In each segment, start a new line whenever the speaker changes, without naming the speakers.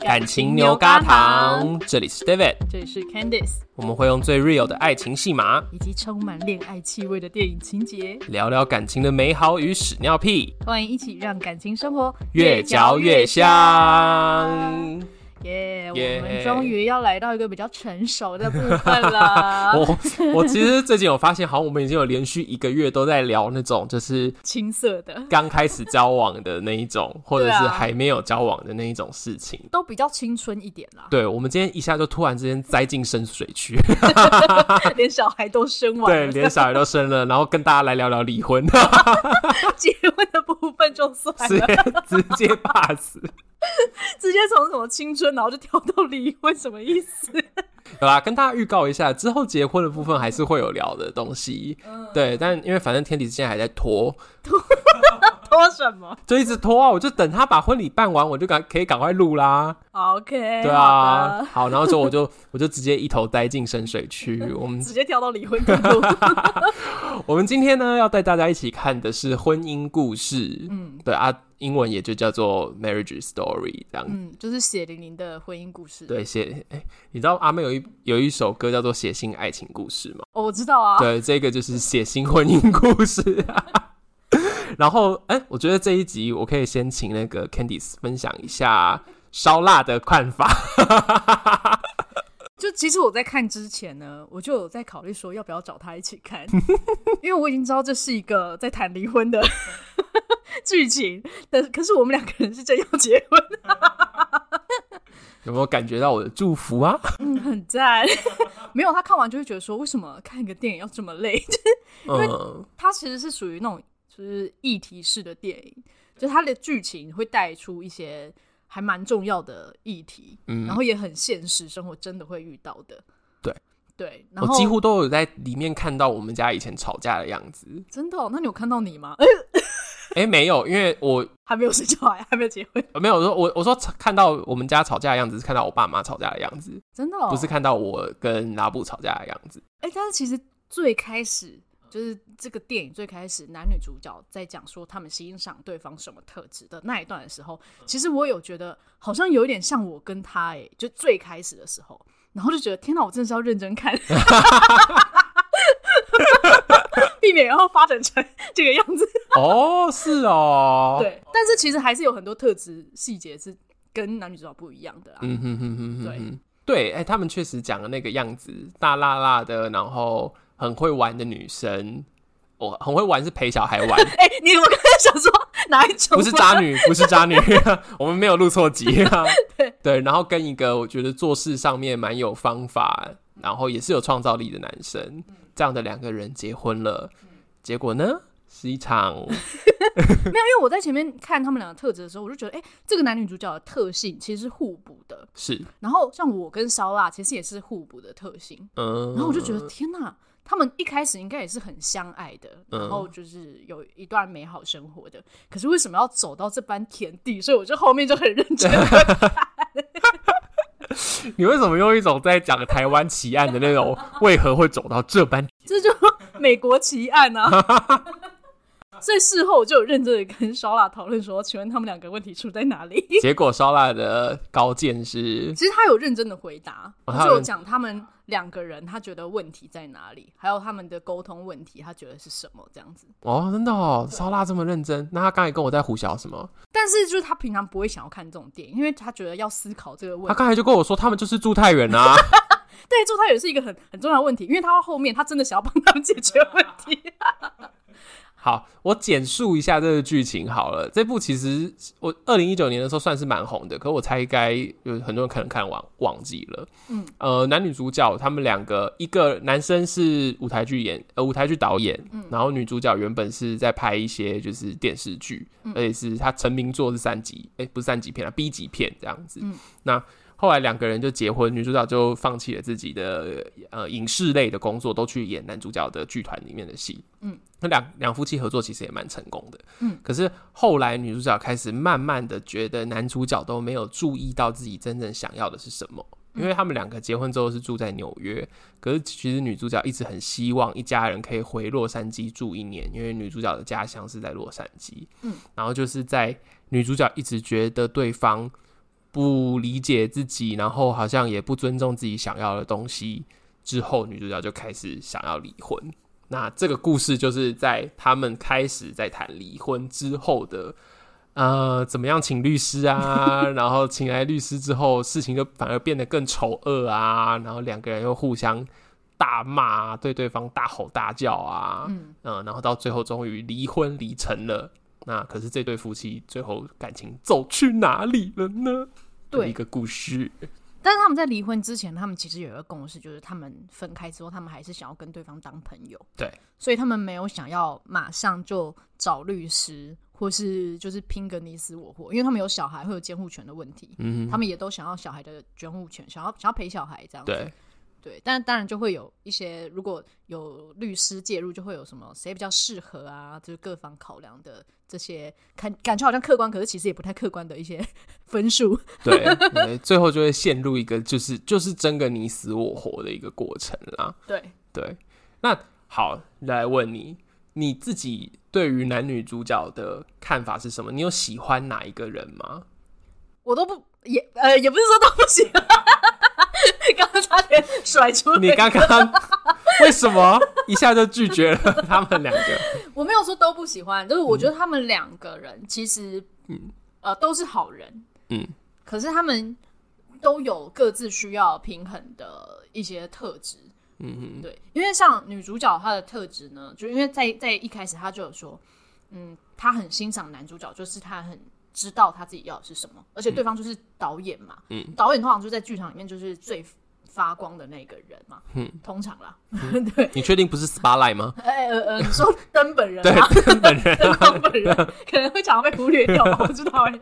感情牛轧糖，这里是 David，
这里是 Candice，
我们会用最 real 的爱情戏码
以及充满恋爱气味的电影情节，
聊聊感情的美好与屎尿屁，
欢迎一起让感情生活
越嚼越香。
耶
耶
我们终于要来到一个比较成熟的部分了，
我我其实最近有发现，好像我们已经有连续一个月都在聊那种就是
青涩的。
刚开始交往的那一种，或者是
对啊
还没有交往的那一种事情。
都比较青春一点啦，
对，我们今天一下就突然之间栽进深水 区，
连小孩都生完
对，
了，
连小孩都生了，然后跟大家来聊聊离 婚，
结婚的部分就算
直
了，
接直接 pass。
直接从什么青春，然后就跳到离婚，什么意思？
好啦，跟大家预告一下，之后结婚的部分还是会有聊的东西，
嗯
对，但因为反正天底现在还在拖，
拖什么
就一直拖啊，我就等他把婚礼办完，我就赶可以赶快录啦。
？OK，
对
哎好
啊，
的
好，然后之后我就我就直接一头栽进深水 区。我们
直接跳到离婚的路。
我们今天呢要带大家一起看的是婚姻故事，嗯，对啊，英文也就叫做 marriage story 这样。
嗯，就是血淋淋的婚姻故事。
对，写哎、你知道阿妹有一有一首歌叫做《写信爱情故事》吗？
哦，我知道啊。
对，这个就是写信婚姻故事。 然后，哎、我觉得这一集我可以先请那个 Candice 分享一下烧腊的看法。
就其实我在看之前呢，我就有在考虑说要不要找他一起 看，因为我已经知道这是一个在谈离婚的剧情，但是可是我们两个人是真要结婚，
有没有感觉到我的祝福啊？
嗯很 赞。没有他看完就会觉得说，为什么看一个电影要这么累？
嗯，
它其实是属于那种就是议题式的电影，就它的剧情会带出一些还蛮重要的议题，
嗯
然后也很现实生活真的会遇到的。
对
对，然
我
后
几乎都有在里面看到我们家以前吵架的样子。
真的、哦，那你有看到你吗？
哎、没有，因为我
还没有生小 孩，还没有结婚，
没有我说我我说看到我们家吵架的样子，是看到我爸妈吵架的样子，
真的、哦、
不是看到我跟拉布吵架的样子。
哎、但是其实最开始就是这个电影最开始男女主角在讲说他们欣赏对方什么特质的那一段的时候，其实我有觉得好像有点像我跟他哎、就最开始的时候，然后就觉得天哪，我真的是要认真看， 避免然后发展成这个样子。
哦，是哦，，
对，但是其实还是有很多特质细节是跟男女主角不一样的啦。啊
嗯哼哼哼哼
对
哼，对，哎、他们确实讲的那个样子，大辣辣的，然后很会玩的女生，我、很会玩是陪小孩玩，
哎、你我刚才想说哪一种？
不是渣女，不是渣女， 我们没有录错集啊。
对
然后跟一个我觉得做事上面蛮有方法，然后也是有创造力的男生，
嗯
这样的两个人结婚了，结果呢是一 场
没有，因为我在前面看他们两个特质的时候，我就觉得，哎、这个男女主角的特性其实是互补的。
是
然后像我跟烧腊其实也是互补的特性。
嗯，
然后我就觉得，天哪，他们一开始应该也是很相爱的，
嗯
然后就是有一段美好生活的。可是为什么要走到这般田地？所以我就后面就很认真。
你为什么用一种在讲台湾奇案的那 种，为何会走到这般？
这就美国奇案啊。 所以事后我就有认真的跟烧腊讨论说，请问他们两个问题出在哪里？
结果烧腊的高见是
其实他有认真的回答，
哦
他
他有
就有
认
讲他们两个人，他觉得问题在哪里，还有他们的沟通问题，他觉得是什么这样子。
哦，真的哦，烧腊这么认真，那他刚才跟我在胡聊什么？
但是就是他平常不会想要看这种电影，因为他觉得要思考这个问
他
题。
刚才就跟我说他们就是住太远啊，
对，就他也是一个很很重要的问题，因为他到后面他真的想要帮他们解决问题。
好，我简述一下这个剧情好了。这部其实我二零一九年的时候算是蛮红的，可我猜应该有很多人可能看忘忘记了。嗯，呃，男女主角他们两个，一个男生是舞台剧演呃舞台剧导演，然后女主角原本是在拍一些就是电视剧，而且是她成名作是三级，哎、不是三级片啊，B 级片这样子。那后来两个人就结婚，女主角就放弃了自己的呃影视类的工作，都去演男主角的剧团里面的戏。
嗯，
那两两夫妻合作其实也蛮成功的。
嗯，
可是后来女主角开始慢慢的觉得男主角都没有注意到自己真正想要的是什么。因为
嗯
他们两个结婚之后是住在纽约，可是其实女主角一直很希望一家人可以回洛杉矶住一年，因为女主角的家乡是在洛杉矶。
嗯，
然后就是在女主角一直觉得对方不理解自己，然后好像也不尊重自己想要的东西之后，女主角就开始想要离婚。那这个故事就是在他们开始在谈离婚之后的，呃，怎么样请律师啊， 然后请来律师之后，事情就反而变得更丑恶啊，然后两个人又互相大骂啊，对对方大吼大叫啊，
嗯
嗯、然后到最后终于离婚离成了。那可是这对夫妻最后感情走去哪里了呢？
对
一个故事，
但是他们在离婚之前，他们其实有一个共识，就是他们分开之后，他们还是想要跟对方当朋友。
对，
所以他们没有想要马上就找律师，或是就是拼个你死我活，因为他们有小孩，会有监护权的问题。
嗯
他，们也都想要小孩的监护权，想要想要陪小孩这样子。
对，
对，但当然就会有一些，如果有律师介入，就会有什么谁比较适合啊，就是各方考量的这些，看感觉好像客观，可是其实也不太客观的一些 分数。
对，嗯最后就会陷入一个就是就是争个你死我活的一个过程啦。
对，
对，那好，来问你，你自己对于男女主角的看法是什么？你有喜欢哪一个人吗？
我都不也呃，也不是说都不行， 刚刚差点甩出
你
来，
刚 刚为什么一下就拒绝了他们两个？
我没有说都不喜欢，就是我觉得他们两个人其实
嗯
呃都是好人，
嗯，
可是他们都有各自需要平衡的一些特质，
嗯
对，因为像女主角她的特质呢，就因为在在一开始她就有说，嗯，她很欣赏男主角，就是她很知道她自己要的是什么，而且对方就是导演嘛，
嗯，
导演通常就是在剧场里面就是最发光的那个人嘛，
嗯，
通常啦，
哼，你确定不是 Spotlight 吗？
哎呃呃，你说登本人
对
啊，，
根 本人
登当本人可能会常常被忽略掉吧，我不知道哎、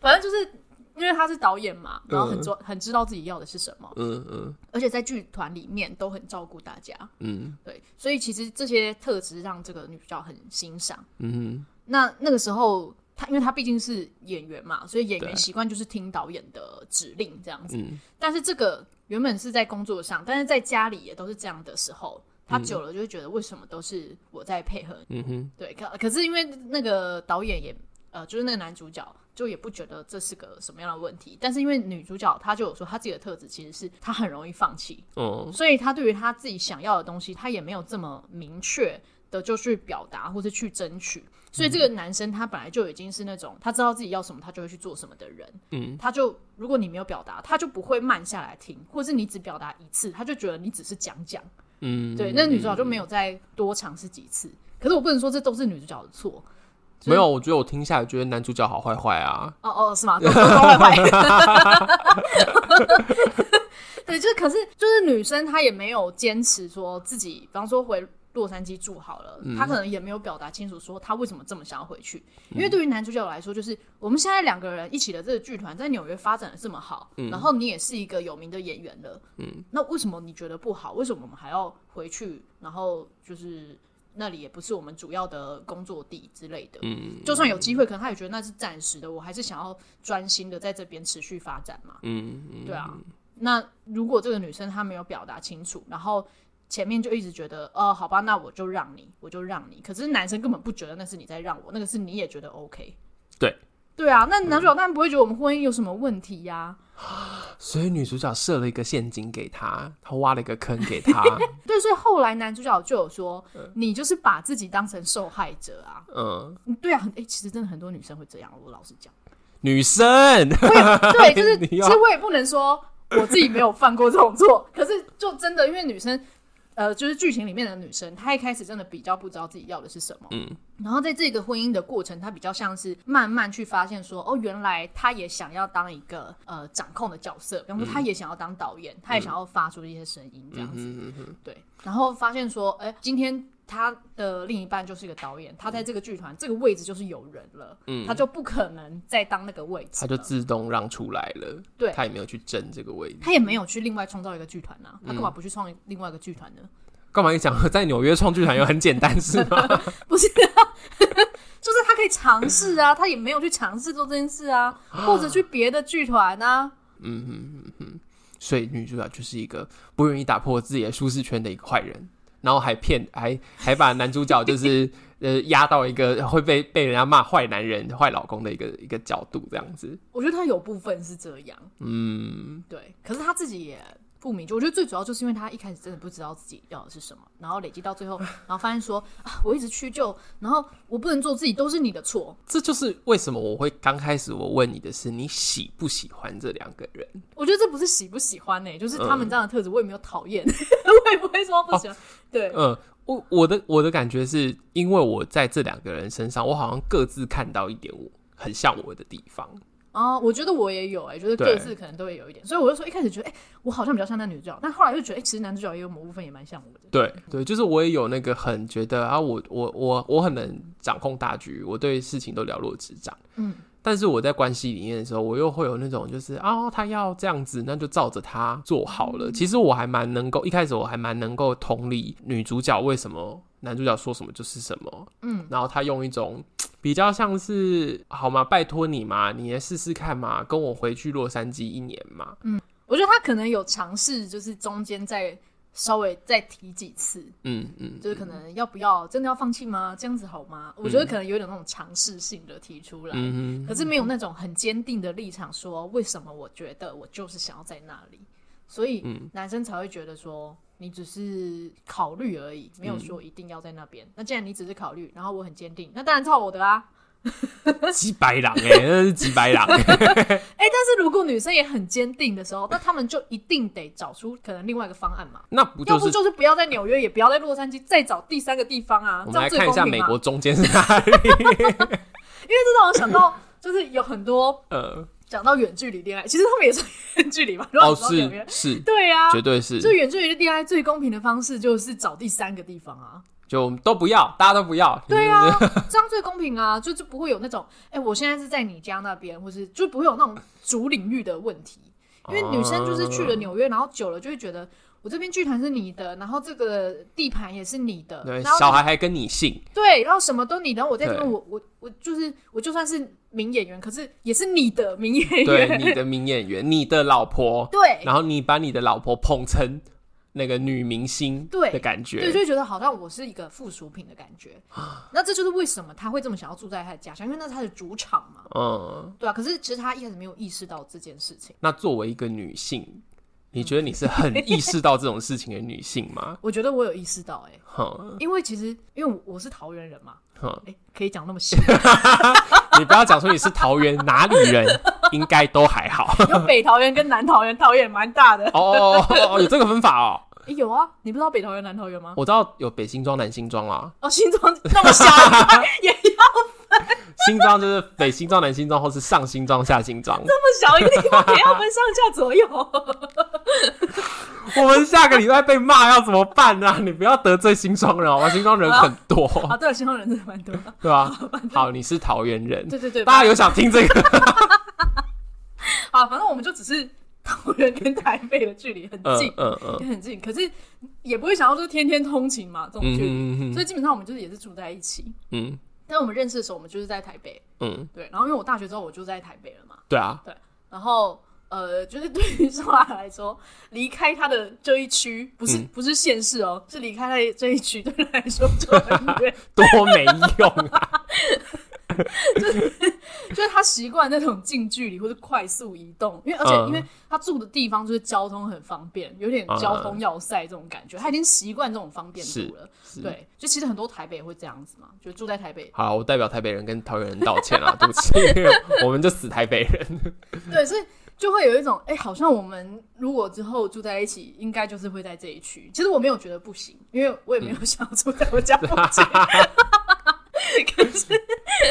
反正就是因为他是导演嘛，然后很知很知道自己要的是什么，
嗯嗯
而且在剧团里面都很照顾大家，
嗯
对，所以其实这些特质让这个女主角很欣赏。
嗯
那那个时候，她因为她毕竟是演员嘛，所以演员
对
习惯就是听导演的指令这样子。
嗯
但是这个原本是在工作上，但是在家里也都是这样的时候，她久了就会觉得为什么都是我在配合你？
嗯哼，
对，可可是因为那个导演也呃，就是那个男主角。就也不觉得这是个什么样的问题，但是因为女主角她就有说她自己的特质其实是她很容易放弃，
哦，
所以他对于他自己想要的东西，他也没有这么明确的就去表达或是去争取。所以这个男生他本来就已经是那种他知道自己要什么，他就会去做什么的人。
嗯，
他就如果你没有表达，他就不会慢下来听，或是你只表达一次，他就觉得你只是讲讲。
嗯，
对，那女主角就没有再多尝试几次。可是我不能说这都是女主角的错。
没有，我觉得我听下来觉得男主角好坏坏啊，
哦哦，是吗？都都都坏 坏。对，就是可是就是女生她也没有坚持说自己，比方说回洛杉矶住好了，她可能也没有表达清楚说她为什么这么想要回去。因为对于男主角来说，就是我们现在两个人一起的这个剧团在纽约发展的这么好，然后你也是一个有名的演员了，嗯，那为什么你觉得不好？为什么我们还要回去？然后就是。那里也不是我们主要的工作地之类的，嗯，就算有机会，可能他也觉得那是暂时的，我还是想要专心的在这边持续发展嘛，
嗯嗯
对啊，那如果这个女生她没有表达清楚，然后前面就一直觉得，哦、好吧，那我就让你，我就让你。可是男生根本不觉得那是你在让我，那个是你也觉得 OK。
对，嗯
对啊，那男主角当然不会觉得我们婚姻有什么问题呀、
所以女主角设了一个陷阱给他，她挖了一个坑给 他。
对，所以后来男主角就有说，你就是把自己当成受害者啊。
嗯，
嗯对啊，很诶、其实真的很多女生会这样，我老实讲。
女生，
对，就是
你
其
要
实我也不能说我自己没有犯过这种错，可是就真的因为女生，呃，就是剧情里面的女生，她一开始真的比较不知道自己要的是什么，
嗯，
然后在这个婚姻的过程，她比较像是慢慢去发现说，哦，原来她也想要当一个呃掌控的角色，比方说她也想 要当导演，她也想要发出一些声音这样子，
嗯嗯
对，然后发现说，哎、今天他的另一半就是一个导演，他在这个剧团这个位置就是有人了，
嗯
他就不可能再当那个位置
他
了，
就自动让出来了，
对
他也没有去争这个位置。
他也没有去另外创造一个剧团啊，他干嘛不去创另外一个剧团呢？
干嘛你讲在纽约创剧团又很简单是 吗？
不是、啊， 就是他可以尝试啊，他也没有去尝试做这件事啊，或者去别的剧团啊，
所以女主角就是一个不愿意打破自己的舒适圈的一个坏人，然后还骗还还把男主角就是 呃压到一个会被被人家骂坏男人、坏老公的一个一个角度这样子。
我觉得他有部分是这样，
嗯，
对，可是他自己也不明确。我觉得最主要就是因为他一开始真的不知道自己要的是什么，然后累积到最后，然后发现说啊，我一直屈就，然后我不能做自己，都是你的错。
这就是为什么我会刚开始我问你的是你喜不喜欢这两个人？
我觉得这不是喜不喜欢呢、就是他们这样的特质，我也没有讨厌， 我也不会说不喜欢。对，
嗯，我我的我的感觉是因为我在这两个人身上，我好像各自看到一点我很像我的地方。
哦，我觉得我也有哎、就是
对
各自可能都会有一点，所以我就说一开始觉得哎、我好像比较像那女主角，但后来又觉得哎、其实男主角也有某部分也蛮像我的。
对对，就是我也有那个很觉得啊，我我我我很能掌控大局，我对事情都了若指掌。
嗯，
但是我在关系里面的时候，我又会有那种就是啊，他要这样子，那就照着他做好
嗯
了。其实我还蛮能够，一开始我还蛮能够同理女主角为什么男主角说什么就是什么，
嗯，
然后他用一种比较像是好吗？拜托你嘛，你来试试看嘛，跟我回去洛杉矶一年嘛，
嗯我觉得他可能有尝试，就是中间再稍微再提几次，
嗯嗯，
就是可能要不要真的要放弃吗？这样子好吗？我觉得可能有点那种尝试性的提出来，
嗯哼
可是没有那种很坚定的立场说为什么我觉得我就是想要在那里，所以
嗯
男生才会觉得说你只是考虑而已，没有说一定要在那边。那既然你只是考虑，然后我很坚定，那当然照我的啊。
几白狼哎、欸，那是几白狼、
哎、但是如果女生也很坚定的时候，那他们就一定得找出可能另外一个方案嘛。
那不就
要
是
不就是不要在纽约，也不要在洛杉矶，再找第三个地方啊，
我
这
们
样
来
最
看一
公
下
平
美
嘛。
国中间是哪里？
因为这让我想到， 就是有很多
呃，
讲到远距离恋爱，其实他们也是远距离嘛。如果
哦，
你说纽约
是是，
对啊，
绝对是
就，远距离恋爱最公平的方式就是找第三个地方啊，
就都不要，大家都不要。
对啊，
嗯
这样最公平啊，就就不会有那种，哎、我现在是在你家那边，或是就不会有那种主领域的问题，因为女生就是去了
哦
纽约，然后久了就会觉得。我这边剧团是你的，然后这个地盘也是你的，
对，
然后
小孩还跟你姓，
对，然后什么都你的，然后我在这边
对
我我我就是我就算是名演员，可是也是你的名演员，
对，你的名演员，你的老婆，
对
然后你把你的老婆捧成那个女明星
对
的感
对，就
觉，啊
会觉得好像我是一个附属品的感觉。那这就是为什么他会这么想要住在他的家乡，因为那是他的主场嘛，
嗯。
对啊。可是其实他一开始没有意识到这件事情。
那作为一个女性，你觉得你是很意识到这种事情的女性吗？
我觉得我有意识到、欸，
哼
因为其实因为我我是桃园人嘛，
哼，
哎、可以讲那 么细，
你不要讲说你是桃园哪里人，应该都还好。
有北桃园跟南桃园，桃园也蛮大的。
哦哦哦哦哦，有这个分法哦。
诶有啊，你不知道北桃园、南桃园吗？
我知道有北新庄、南新庄啦，
哦，新庄那 么小一块，也要
新庄就是北新庄、南新庄，或是上新庄、下新庄。
那么小一个地方，也要分上下左右。
哦我们下个礼拜被骂要怎么办啊？你不要得罪新庄人好吗？新庄人很多，
啊，对了，新庄人真的蛮多的。
对吧、好，你是桃园人，
对对对，
嗯大家有想听这个？
啊，反正我们就只是桃园跟台北的距离很
嗯
近，
嗯嗯
也很近，可是也不会想要就是天天通勤嘛，这种距离。
嗯
所以基本上我们就是也是住在一起。
嗯
但我们认识的时候，我们就是在台北，
嗯，
对。然后因为我大学之后我就在台北了嘛，
对啊，
然后呃，就是对于少华来说，离开他的这一区，不是、
嗯
不是县市哦，是离开他的这一区，对他来说就很远。
多没用啊！
就是他习惯那种近距离或是快速移动，因为而且
嗯
因为他住的地方就是交通很方便，有点交通要塞这种感觉，他已经习惯这种方便度了。
是
对，就其实很多台北也会这样子嘛，就住在台北，
好，我代表台北人跟桃园人道歉啊，对不起，我们就死台北人。
对，所以就会有一种哎、好像我们如果之后住在一起，应该就是会在这一区。其实我没有觉得不行，因为我也没有
嗯
想要住在我家附近。 可是，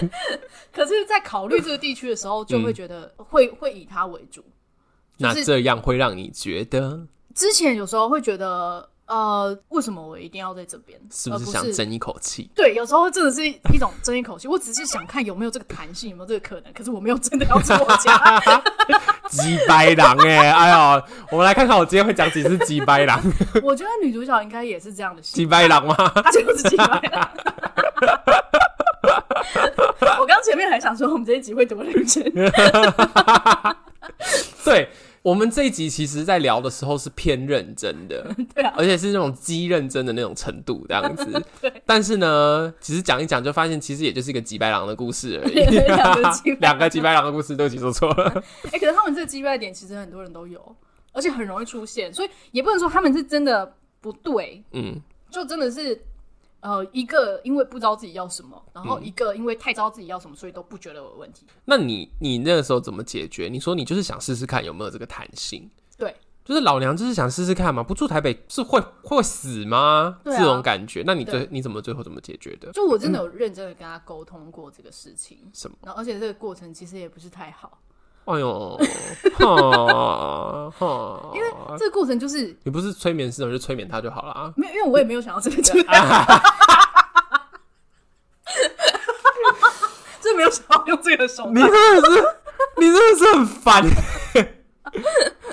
可是在考虑这个地区的时候，就会
嗯
觉得会、会以他为主。
那这样会让你觉得
之前有时候会觉得呃，为什么我一定要在这边？
是不
而
是
呃不
想
是
争一口气？
对，有时候真的是一种争一口气。我只是想看有没有这个弹性，有没有这个可能。可是我没有真的要做我 家。
鸡掰狼哎、 哎呦，我们来看看我今天会讲几次鸡掰狼？
我觉得女主角应该也是这样的
鸡
心，
掰狼吗？
她就是鸡掰了。我刚前面还想说，我们这一集会多认真，
对我们这一集其实在聊的时候是偏认真的，
对啊
而且是那种鸡认真的那种程度这样子。 但是呢，其实讲一讲就发现，其实也就是一个几白狼的故事 而
两个
已
鸡，
两个几白狼的故事，对不起，说错了。
哎、可是他们这个击败点其实很多人都有，而且很容易出现，所以也不能说他们是真的不对，
嗯，
就真的是呃一个因为不知道自己要什么，然后
嗯
一个因为太知道自己要什么，所以都不觉得有问题。
那你你那个时候怎么解决？你说你就是想试试看有没有这个弹性，
对，
就是老娘就是想试试看嘛，不住台北是会会死吗？
对啊
这种感觉，那你最
对
你怎么最后怎么解决的？
就我真的有认真的跟他沟通过这个事情，
什么？
然后而且这个过程其实也不是太好，
哎 呦，哈哈，
因为这个过程就是
你不是催眠师，我就催眠他就好了啊。
没有，因为我也没有想 要这个结果。 这没有想要用这个手段
你，真的 是，你真的是很烦。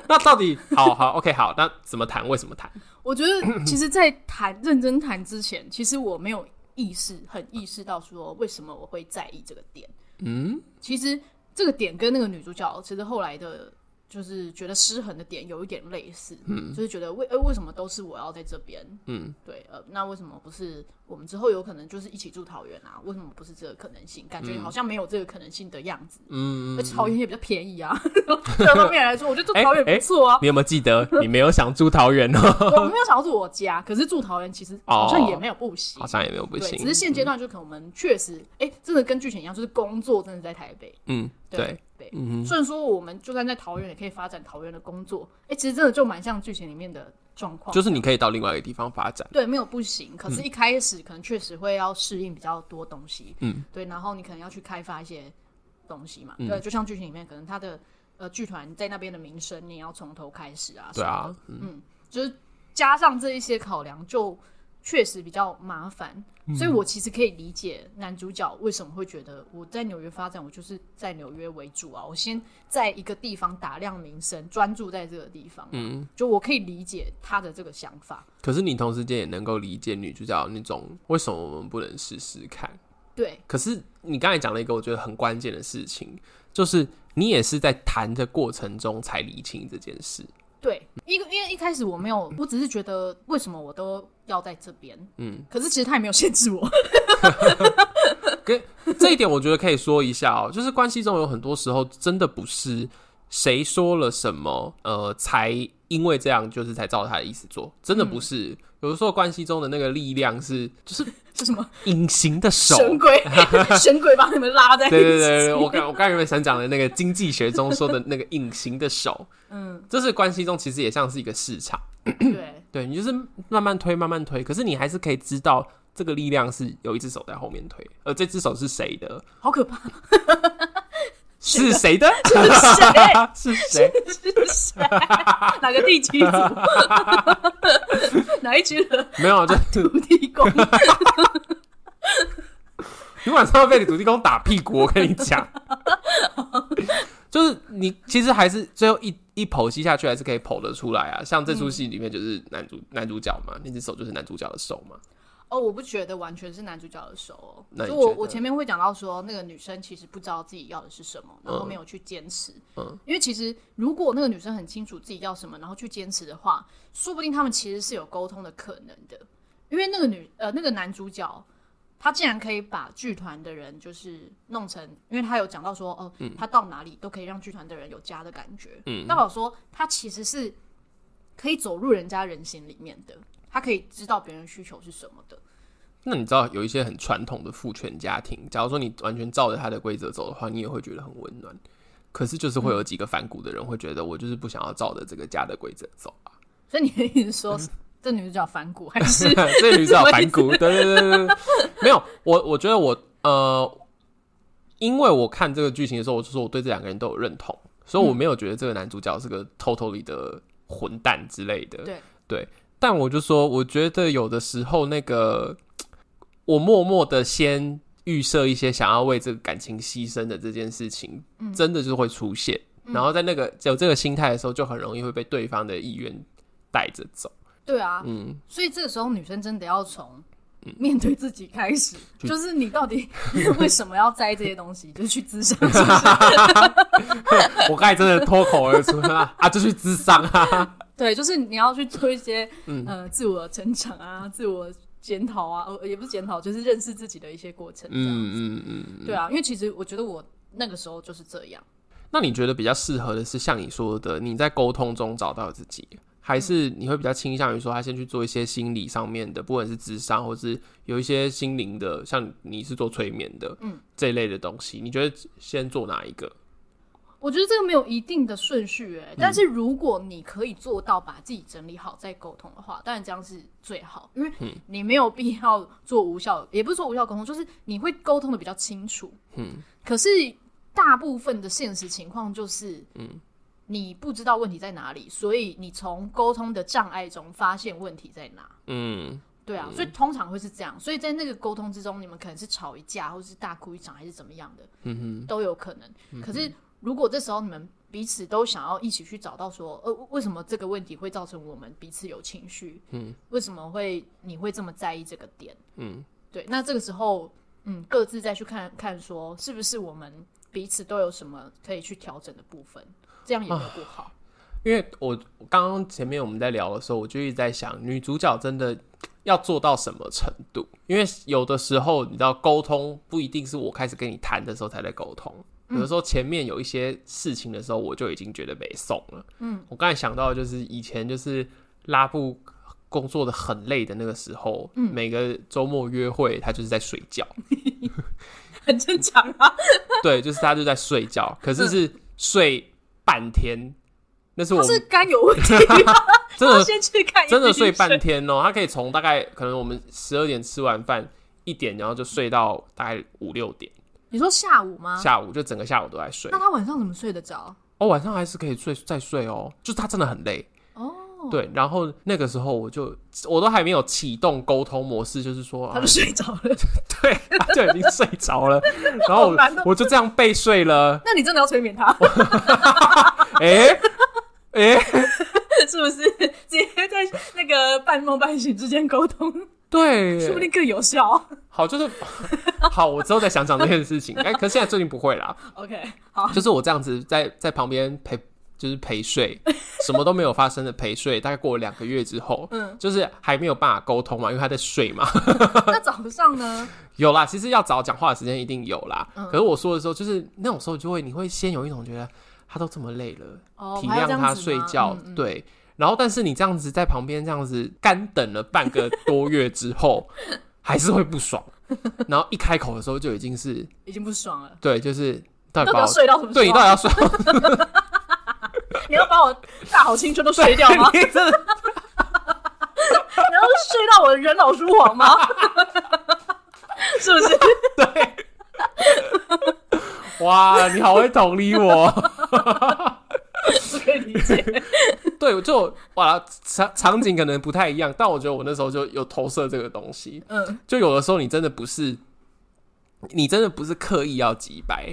那到底好好 OK 好，那怎么谈？为什么谈？
我 觉得其实，在谈认真谈之前，其实我没有意识，很意识到说为什么我会在意这个点。
嗯，
其实这个点跟那个女主角，其实后来的，就是觉得失衡的点有一点类似，嗯，就是觉得为、呃、为什么都是我要在这边，
嗯，
对，呃，那为什么不是我们之后有可能就是一起住桃园啊？为什么不是这个可能性？感觉好像没有这个可能性的样子。
嗯，
而且桃园也比较便宜啊， 这方面来说，我觉得住桃园
哎哎
不错啊。
你有没有记得？你没有想住桃 园 哦，
我没有想要住我家，可是住桃园其实好像也没有不行
好。像也没有不
对，
行嗯
只。是现阶段就可能我们确实，哎、真的跟剧情一样，就是工作真的在台北，
嗯，对
对，对，虽然说我们就算在桃园也可以发展桃园的工作，哎、其实真的就蛮像剧情里面的状况，
就是你嗯可以到另外一个地方发展。
对，没有不行，可是一开始可能确实会要适应比较多东西，
嗯，
对，然后你可能要去开发一些东西嘛，对，就像剧情里面可能他的呃剧团在那边的名声，你也要从头开始啊，
对啊，
就是加上这一些考量，就确实比较麻烦。
嗯
所以我其实可以理解男主角为什么会觉得我在纽约发展，我就是在纽约为主啊，我先在一个地方打亮名声，专注在这个地方。嗯，就我可以理解他的这个想法。
可是你同时间也能够理解女主角那种为什么我们不能试试看？
对，
可是你刚才讲了一个我觉得很关键的事情，就是你也是在谈的过程中才理清这件事。
对，因为因为一开始我没有，我只是觉得为什么我都要在这边，嗯，可是其实他也没有限制我，
跟这一点，我觉得可以说一下哦，就是关系中有很多时候真的不是谁说了什么，呃，才因为这样就是才照他的意思做，真的不是。有的时候关系中的那个力量是就是
嗯是什么
隐形的手。
神鬼，神鬼把你们拉在一起，
对对对对，我刚我刚原本想讲的那个经济学中说的那个隐形的手，
嗯，
这是关系中其实也像是一个市场，
对
对你就是慢慢推慢慢推，可是你还是可以知道这个力量是有一只手在后面推，而这只手是谁的，
好可怕，
是谁的，
是
是
谁？
谁，
是谁？哪个地 区组？哪一区的
没有，啊就
土地公？
你晚上要被你土地公打屁股，我跟你 讲。就是你其实还是最后一一剖析下去，还是可以剖得出来啊。像这出戏里面就是男主、男主角嘛，那只手就是男主角的手嘛。
哦，我不觉得完全是男主角的手
那
哦。
你
就
觉
我
得
我前面会讲到说，那个女生其实不知道自己要的是什么，然后没有去坚持。
嗯
因为其实如果那个女生很清楚自己要什么，然后去坚持的话，说不定他们其实是有沟通的可能的。因为那个女呃那个男主角，他竟然可以把剧团的人就是弄成，因为他有讲到说哦，他到哪里都可以让剧团的人有家的感觉。嗯，代表说他其实是可以走入人家人心里面的，他可以知道别人需求是什么的。
那你知道有一些很传统的父权家庭，假如说你完全照着他的规则走的话，你也会觉得很温暖。可是就是会有几个反骨的人会觉得，我就是不想要照着这个家的规则走 啊。
所以你的意思说，
嗯
这女主角反骨还是
这女主角反骨，对对对对对，没有，我我觉得我呃，因为我看这个剧情的时候，我就说我对这两个人都有认同，所以我没有觉得这个男主角是个 totally 的混蛋之类的。
对
但我就说，我觉得有的时候那个，我默默的先预设一些想要为这个感情牺牲的这件事情，
嗯
真的就会出现。
嗯
然后在那个有这个心态的时候，就很容易会被对方的意愿带着走。
对啊，
嗯，
所以这个时候女生真的要从面对自己开始，
就
就是你 到底为什么要在意这些东西，就去自杀。
我刚才真的脱口而出啊，啊，就去智商啊，
对，就是你要去做一些
嗯
呃自我成长啊、自我检讨啊，呃也不是检讨，就是认识自己的一些过程。这样，
嗯嗯嗯。
对啊，因为其实我觉得我那个时候就是这样。
那你觉得比较适合的是像你说的，你在沟通中找到自己，还是你会比较倾向于说他先去做一些心理上面的，不管是智商或是有一些心灵的，像你是做催眠的，
嗯，
这一类的东西，你觉得先做哪一个？
我觉得这个没有一定的顺序、
嗯
欸，但是如果你可以做到把自己整理好再沟通的话，当然这样是最好，因为
嗯
你没有必要做无效，也不是说无效沟通，就是你会沟通的比较清楚。
嗯，
可是大部分的现实情况就是，嗯，你不知道问题在哪里，所以你从沟通的障碍中发现问题在哪。
嗯，
对啊，所以通常会是这样，所以在那个沟通之中，你们可能是吵一架，或是大哭一场，还是怎么样的，嗯、都有可能。可是如果这时候你们彼此都想要一起去找到说，呃，为什么这个问题会造成我们彼此有情绪？嗯，为什么会你会这么在意这个点？
嗯，
对，那这个时候，嗯，各自再去看看说，是不是我们彼此都有什么可以去调整的部分，这样也没有不
啊
好。
因为我我刚刚前面我们在聊的时候，我就一直在想，女主角真的要做到什么程度？因为有的时候你知道，沟通不一定是我开始跟你谈的时候才在沟通，
嗯
有的时候前面有一些事情的时候，我就已经觉得没送了。
嗯，
我刚才想到的就是以前就是拉布工作的很累的那个时候，
嗯
每个周末约会他就是在睡觉，
很正常啊。
对，就是他就在睡觉，可
嗯
是是睡半天。那是我
他
们
是肝有问 题，
真的
先去看 医
真的睡
生
半天哦、他可以从大概可能我们十二点吃完饭一点，然后就睡到大概五六点，
你说下午吗？
下午就整个下午都在睡
啊那。他晚上怎么睡得着？
哦，晚上还是可以睡再睡哦，就是他真的很累。
哦，
对，然后那个时候我就我都还没有启动沟通模式，就是说，
他
啊
就睡着了。
对，他就已经睡着了，然后
好难哦
我就这样被睡 了，
那你真的要催眠他，
哎、哎、
是不是？ 直接在那个半梦半醒之间沟通，
对，
说不定更有效。
好，就是 好，我之后再想想这件事情。哎、可是现在最近不会啦，
OK，好，
就是我这样子在在旁边陪，就是陪 睡，什么都没有发生的陪睡。大概过了两个月之后，
嗯
就是还没有办法沟通嘛，因为他在睡嘛。
那早上呢？
有啦，其实要找讲话的时间一定有啦。
嗯
可是我说的时候，就是那种时候就会，你会先有一种觉得他都这么累了，
哦，
体
我还要
谅
这样
他
子吗
睡觉，
嗯嗯
对。然后，但是你这样子在旁边这样子干等了半个多月之 后，还是会不爽。然后一开口的时候就已经是
已经不爽了。
对，就是到底
到底
把
要
我
睡到什么时候？
对你到底要睡
你要把我大好青春都 睡掉 吗？
你真的
你要睡到我人老珠黄吗？ 是不是？
哇，你好会同理我。
不可以理解。
对，我就哇场场景可能不太一样，但我觉得我那时候就有投射这个东西。
嗯，
就有的时候你真的不是，你真的不是刻意要击 败，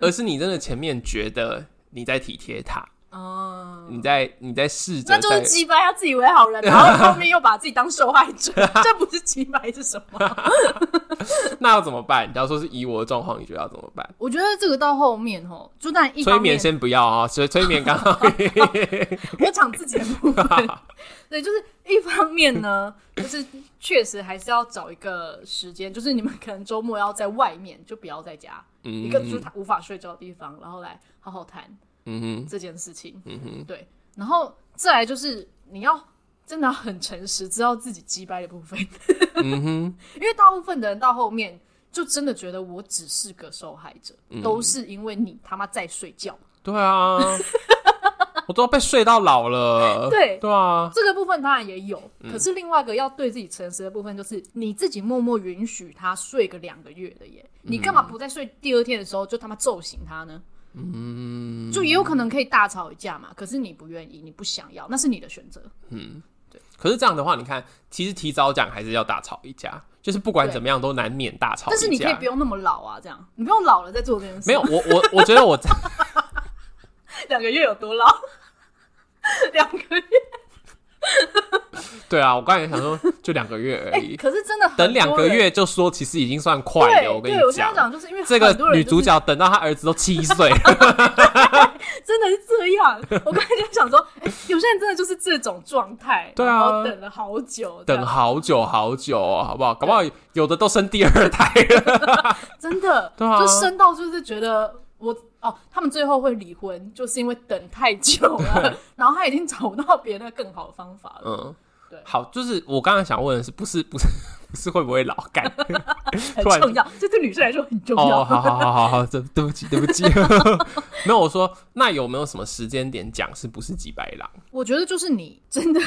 而是你真的前面觉得你在体贴他，
哦。
你在你在试着
那就是
在。
击败他自以为好人，然后后面又把自己当受害 者，这不是击败是什么？
那要怎么办？假如说是以我的状况，你觉得要怎么办？
我觉得这个到后面吼，就但一
催
方
眠
面
先不要啊、所以催眠刚好
我讲自己的部分， 对，就是一方面呢，就是确实还是要找一个时间，就是你们可能周末要在外面，就不要在家， 一个就是他无法睡觉的地方，然后来好好谈
嗯
这件事情。
哼，嗯哼，
对，然后再来就是你要真的很诚实，知道自己击败的部分，
嗯哼，
因为大部分的人到后面就真的觉得我只是个受害者，
嗯
都是因为你他妈在睡觉。
对啊，我都要被睡到老了。
对
对啊，
这个部分当然也有，
嗯
可是另外一个要对自己诚实的部分，就是你自己默默允许他睡个两个月的耶，你干嘛不在睡第二天的时候就他妈揍醒他呢？
嗯，
就也有可能可以大吵一架嘛，可是你不愿意，你不想要，那是你的选择。
可是这样的话，你看，其实提早讲还是要大吵一架，就是不管
对
怎么样都难免大吵一架。
但是你可以不用那么老啊，这样你不用老了再做这件事。
没有，我我我觉得我
两个月有多老？ 两个月？
对啊，我刚才想说就两个月而
哎、
已，
可是真的很多
等两个
人
月就说，其实已经算快
对
了。跟你
哎对，我现在
讲，
讲就是因为
这
很多
个
人
女
就
主
是
角等到她儿子都七 岁了，
真的是这样。我刚才就想说，哎有些人真的就是这种状态，
对啊
然后等了好久，这样
等好久好久哦，好不好？搞不好有的都生第二胎了。
真的，
对啊
就生到就是觉得我哦，他们最后会离婚，就是因为等太久了，然后他已经找不到别的更好的方法了，
嗯，
对
好，就是我刚才想问的是，不是不是不是会不会老干？
很
突然
重要，这对女生来说很重要。
哦，好好好好好，对对不起对不 起，没有我说那有没有什么时间点讲是不是几百郎，
我觉得就是你真的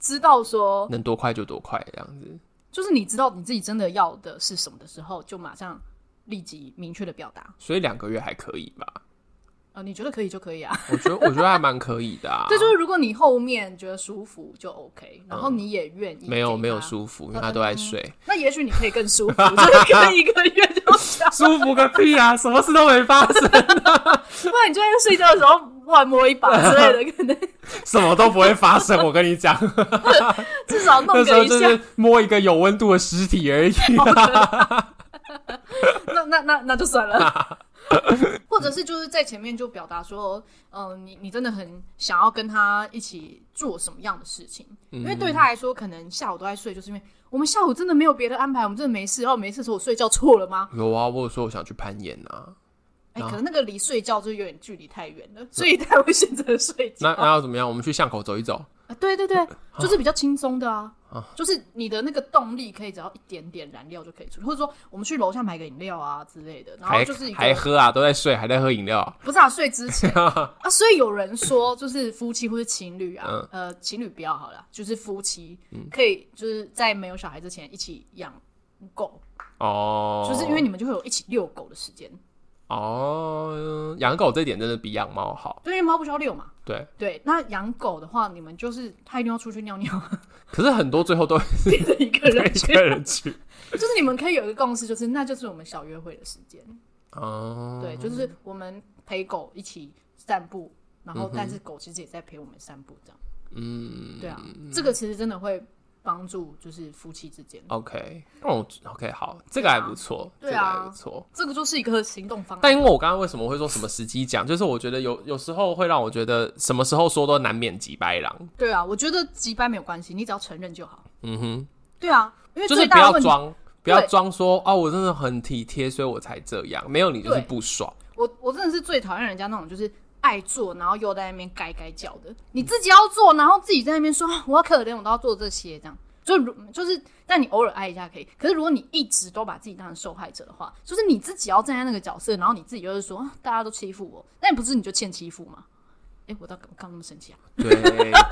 知道说，
能多快就多快这样子？
就是你知道你自己真的要的是什么的时候，就马上立即明确的表达。
所以两个月还可以吧？
呃，你觉得可以就可以啊。
我觉得我觉得还蛮可以的、啊
。这就是如果你后面觉得舒服就 OK，然后你也愿意、
嗯没有没有，舒服，因
嗯
为他都在睡，
那也许你可以更舒服， 就是可以一个月就想
舒服个屁啊！什么事都没发生，
不然你就在睡觉的时候乱摸一把之类 的，可能
什么都不会发生。我跟你讲，
至少弄
那时候
个一
就
下。
是摸一个有温度的尸体 而已。
那那那那就算了。 或者是就是在前面就表达说，嗯、你你真的很想要跟他一起做什么样的事情，
嗯
因为对他来说，可能下午都在睡，就是因为我们下午真的没有别的安排，我们真的没事。然后没事的时候我睡觉错了吗？
有啊，我有说我想去攀岩啊，
哎、
啊
可能那个离睡觉就有点距离太远了，所以他会选择睡觉。
那那要怎么样？我们去巷口走一走。
啊，对对对，就是比较轻松的啊，就是你的那个动力可以只要一点点燃料就可以出去，或者说我们去楼下买个饮料啊之类的，然后
还
就是一
还
个
喝啊，都在睡，还在喝饮料。
不是啊，睡之 前啊，所以有人说就是夫妻或是情侣啊，
嗯
呃，情侣不要好了，就是夫妻可以就是在没有小孩之前一起养狗，
哦，
就是因为你们就会有一起遛狗的时间，
哦，养狗这点真的比养猫好。
对，因为猫不需要遛嘛。
对，
对，那养狗的话，你们就是它一定要出去尿尿，
可是很多最后都
变成一 个人
一
去
个人去。
就是你们可以有一个共识，就是那就是我们小约会的时间。
哦，
对，就是我们陪狗一起散步，然后但是狗其实也在陪我们散步，这样。
嗯，
对啊，这个其实真的会帮助，就是夫妻之
哦
间。
OK，那我 OK 好，这个还不错，
对
这个
啊
还不错。
这个就是一个行动方
但
案。
因为我刚刚为什么会说什么时机讲，就是我觉得有有时候会让我觉得什么时候说都难免急白狼。
对啊，我觉得急掰没有关系，你只要承认就好。
嗯哼，
对啊，因为
就是
最
不
大的
要
问题，
装，不要装说哦，我真的很体贴，所以我才这样。没有你就是
对
不爽。
我我真的是最讨厌人家那种就是爱做，然后又在那边该该叫的。你自己要做，然后自己在那边说啊我要可怜，我都要做这些，这样就如就是，但你偶尔爱一下可以。可是如果你一直都把自己当成受害者的话，就是你自己要站在那个角色，然后你自己又是说啊大家都欺负我，那你不是你就欠欺负吗？哎、我到刚刚那么生气啊？
对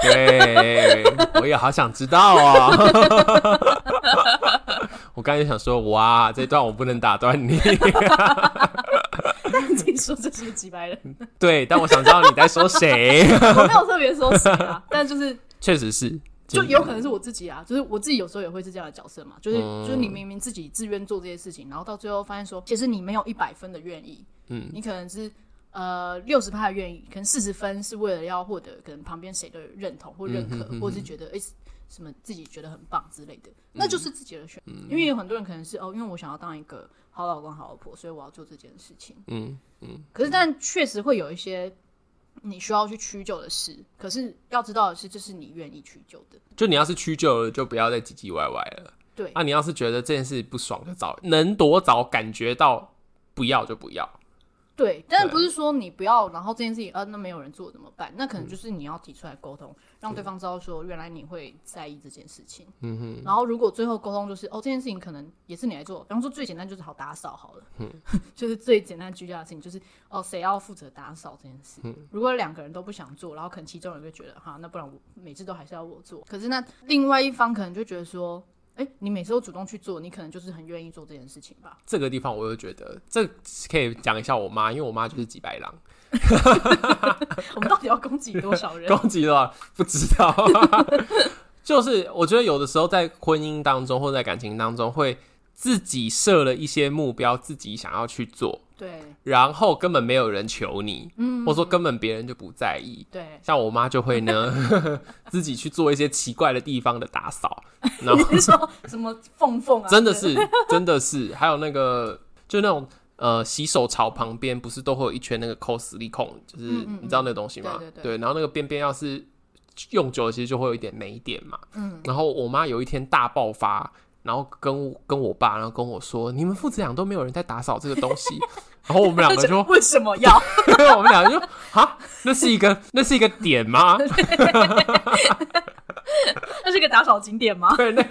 对，我也好想知道哦。 我刚才就想说，哇，这段我不能打断你。
但你自己说这是几百人，
对，但我想知道你在说谁。
我没有特别说谁啊，但就是
确实是，
就有可能是我自己啊，就是我自己有时候也会是这样的角色嘛，就是、
嗯
就是你明明自己自愿做这些事情，然后到最后发现说，其实你没有一百分的愿意，
嗯，
你可能是呃六十趴的愿意，可能四十分是为了要获得可能旁边谁的认同或认可，
嗯哼哼哼嗯
或是觉得诶什么自己觉得很棒之类的，那就是自己的选，因为有很多人可能是哦，因为我想要当一个好老公好老婆，所以我要做这件事情，
嗯，
可是但确实会有一些。你需要去屈就的事，可是要知道的是，这是你愿意屈就的。
就你要是屈就了，就不要再唧唧歪歪了。
对，
啊，你要是觉得这件事不爽，就早能多早感觉到不要就不要。
对，嗯但是
对
不是说你不要，然后这件事情，呃，那没有人做怎么办？那可能就是你要提出来沟通，让对方知道说，原来你会在意这件事情。嗯哼。然后如果最后沟通就是，哦，这件事情可能也是你来做，比方说最简单就是好打扫好了，嗯， 就是最简单居家的事情，就是哦，谁要负责打扫这件事？如果两个人都不想做，然后可能其中有一个觉得，哈，那不然我每次都还是要我做，可是那另外一方可能就觉得说。哎，你每次都主动去做，你可能就是很愿意做这件事情吧？
这个地方我又觉得，这可以讲一下我妈，因为我妈就是几白狼，
我们到底要攻击多少人？
攻击了不知道。就是我觉得有的时候在婚姻当中或者在感情当中，会自己设了一些目标，自己想要去做，
对
然后根本没有人求你，嗯，或者说根本别人就不在意，
对，
像我妈就会呢， 自己去做一些奇怪的地方的打扫，然
你
后
是说什么缝缝啊？
真的是，真的是，还有那个就那种呃洗手槽旁边不是都会有一圈那个扣死力控，就是
嗯嗯
你知道那个东西吗？
对对对
然后那个边边要是用久了，其实就会有一点霉点嘛。
嗯，
然后我妈有一天大爆发，然后跟我跟我爸，然后跟我说：“你们父子俩都没有人在打扫这个东西。”然后我们两 个就
为什么要？
对，我们俩就啊，那是一个那是一个点吗？
那是个打扫景点吗？
对，那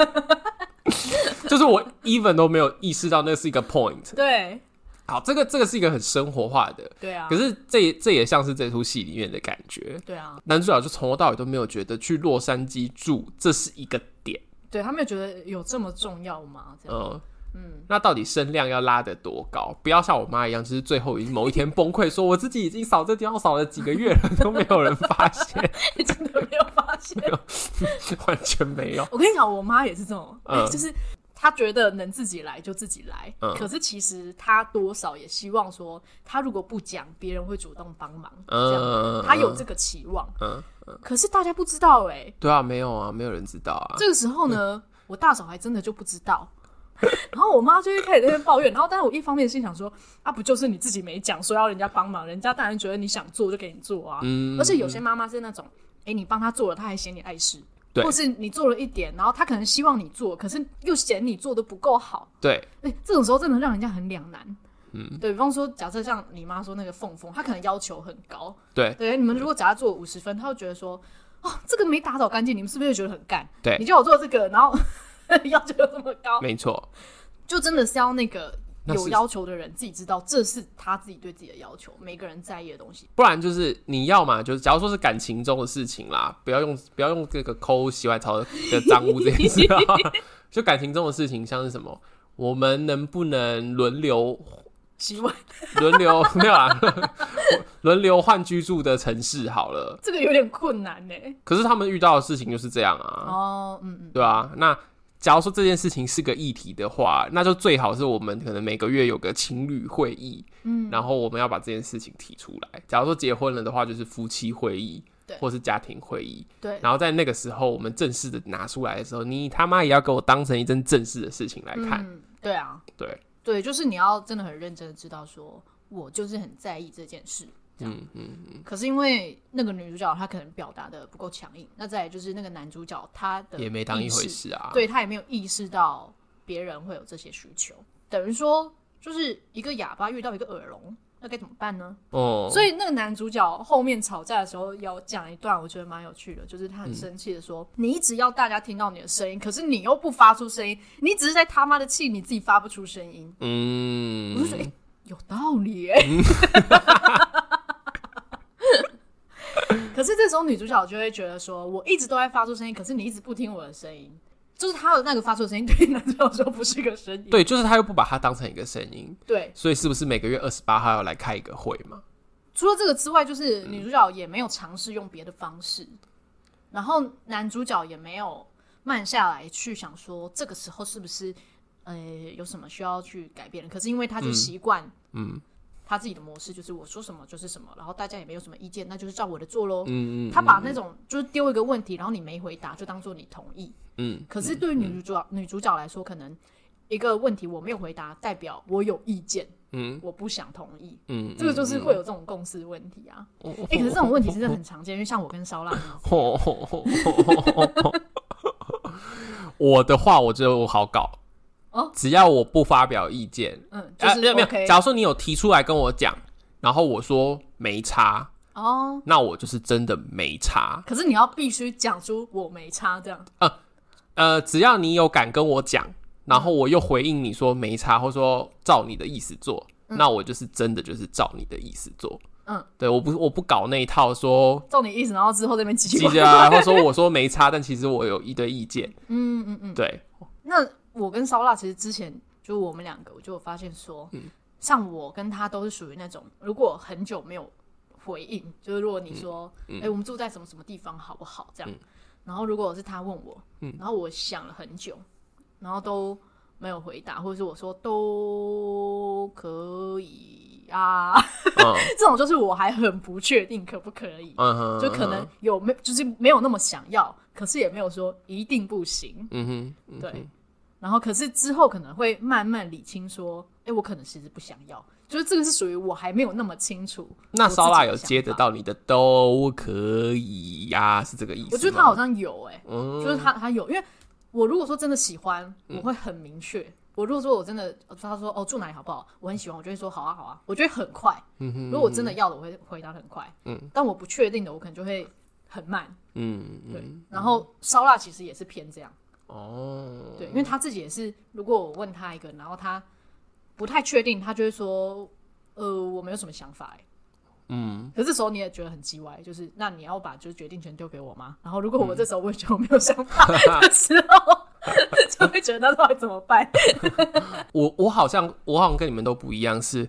就是我 even 都没有意识到那是一个 point。
对
好，这个这个是一个很生活化的，
对啊，
可是这也这也像是这出戏里面的感觉。
对啊，
男主角就从头到尾都没有觉得去洛杉矶住这是一个点，
对他们有觉得有这么重要吗？这样
嗯嗯，那到底声量要拉得多高？不要像我妈一样，就是最后已经某一天崩溃，说我自己已经扫这地方扫了几个月了，都没有人发现，
真的没有发现。
完全没有。
我跟你讲，我妈也是这种，
嗯
就是她觉得能自己来就自己来，
嗯
可是其实她多少也希望说，她如果不讲，别人会主动帮忙，这样，
嗯，
她有这个期望。
嗯
可是大家不知道哎、
对啊，没有啊，没有人知道啊。
这个时候呢，我大嫂还真的就不知道。然后我妈就会开始在那边抱怨，然后但是我一方面心想说，啊，不就是你自己没讲说要人家帮忙，人家当然觉得你想做就给你做啊。
嗯
而且有些妈妈是那种，哎、你帮她做了，她还嫌你碍事，
对
或是你做了一点，然后她可能希望你做，可是又嫌你做的不够好，
对，
哎、这种时候真的让人家很两难。嗯，对比方说，假设像你妈说那个凤凤，她可能要求很高，
对
对，你们如果只要做五十分，他会觉得说，哦，这个没打扫干净，你们是不是就觉得很干？
对
你叫我做这个，然后 要求又这么高，
没错，
就真的是要那个
那是
有要求的人自己知道，这是他自己对自己的要求，每个人在意的东西。
不然就是你要嘛，就是假如说是感情中的事情啦，不要用不要用这个抠洗碗槽的 脏污这件事啊，就感情中的事情，像是什么，我们能不能轮流
洗碗
轮流 没有啦，轮流换居住的城市好了。
这个有点困难呢。
可是他们遇到的事情就是这样啊，
哦，嗯嗯，
对啊，那假如说这件事情是个议题的话，那就最好是我们可能每个月有个情侣会议，嗯，然后我们要把这件事情提出来。假如说结婚了的话，就是夫妻会议，
对
或是家庭会议。
对，
然后在那个时候，我们正式的拿出来的时候，你他妈也要给我当成一件正式的事情来看。
嗯，对啊，
对，
对，就是你要真的很认真的知道说，我就是很在意这件事。
嗯嗯，
可是因为那个女主角她可能表达的不够强硬，那再来就是那个男主角他的
也没当一
意
回
识
事啊。
对他也没有意识到别人会有这些需求，等于说就是一个哑巴遇到一个耳聋，那该怎么办呢？
哦，
所以那个男主角后面吵架的时候有讲一段，我觉得蛮有趣的，就是他很生气的说：“你一直要大家听到你的声音，可是你又不发出声音，你只是在他妈的气你自己发不出声音。
嗯
我就，觉得、欸有道理哎、欸。 可是这时候女主角就会觉得说，我一直都在发出声音，可是你一直不听我的声音，就是她的那个发出的声音对男主角说不是个声音。
对，就是他又不把它当成一个声音，
对，
所以是不是每个月二十八号要来开一个会嘛？
除了这个之外，就是女主角也没有尝试用别的方式，然后男主角也没有慢下来去想说这个时候是不是呃有什么需要去改变的。可是因为他就习惯，
嗯
他自己的模式就是我说什么就是什么，然后大家也没有什么意见，那就是照我的做喽。
嗯嗯
他把那种就是丢一个问题，然后你没回答，就当做你同意。
嗯，
可是对于女主角、女主角来说，可能一个问题我没有回答，代表我有意见，
嗯
我不想同意，
嗯，
这个就是会有这种共识问题啊。哎、可是这种问题真的很常见，因为像我跟烧腊一样，
我的话，我觉得我好搞。
哦
只要我不发表意见，
嗯，就
啊，
是
没有没有
OK、。
假如说你有提出来跟我讲，然后我说没差，
哦。
那我就是真的没差。
可是你要必须讲出我没差这样，
呃，只要你有敢跟我讲，然后我又回应你说没差，或说照你的意思做，那我就是真的就是照你的意思做。
嗯，
对，我不我不搞那一套说
照你意思，然后之后这边叽
记
叽呱呱
着啊，或者说我说没差，但其实我有一堆意见。
嗯嗯嗯。
对，
那我跟烧腊其实之前就我们两个，我就有发现说，像我跟他都是属于那种，如果很久没有回应，就是如果你说，哎、我们住在什么什么地方好不好这样，然后如果是他问我，
嗯
然后我想了很久，然后都没有回答，或者是我说都可以啊，
嗯
这种就是我还很不确定可不可以，
嗯哼，
就可能有没就是没有那么想要，可是也没有说一定不行，
嗯哼，嗯哼，
对。然后可是之后可能会慢慢理清，说，哎，我可能其实不想要，就是这个是属于我还没有那么清楚。
那
我自己
烧腊
的
有
想
接得
法？
到你的都可以呀、是这个意思吗？
我觉得他好像有、哎、
嗯，
就是他他有，因为我如果说真的喜欢，我会很明确。我如果说我真的，他说哦住哪里好不好，我很喜欢，我就会说好啊好啊，我觉得很快。
嗯哼，
如果我真的要的，我会回答得很快。
嗯，
但我不确定的，我可能就会很慢。
嗯
对，
嗯
然后烧腊其实也是偏这样。
哦，
对，因为他自己也是，如果我问他一个，然后他不太确定，他就会说，呃，我没有什么想法、欸。
嗯，
可是这时候你也觉得很叽歪，就是那你要把就是决定权丢给我吗？然后如果
嗯
我这时候我也觉得我没有想法的时候，就会觉得那到底怎么 办？
我我好像我好像跟你们都不一样，是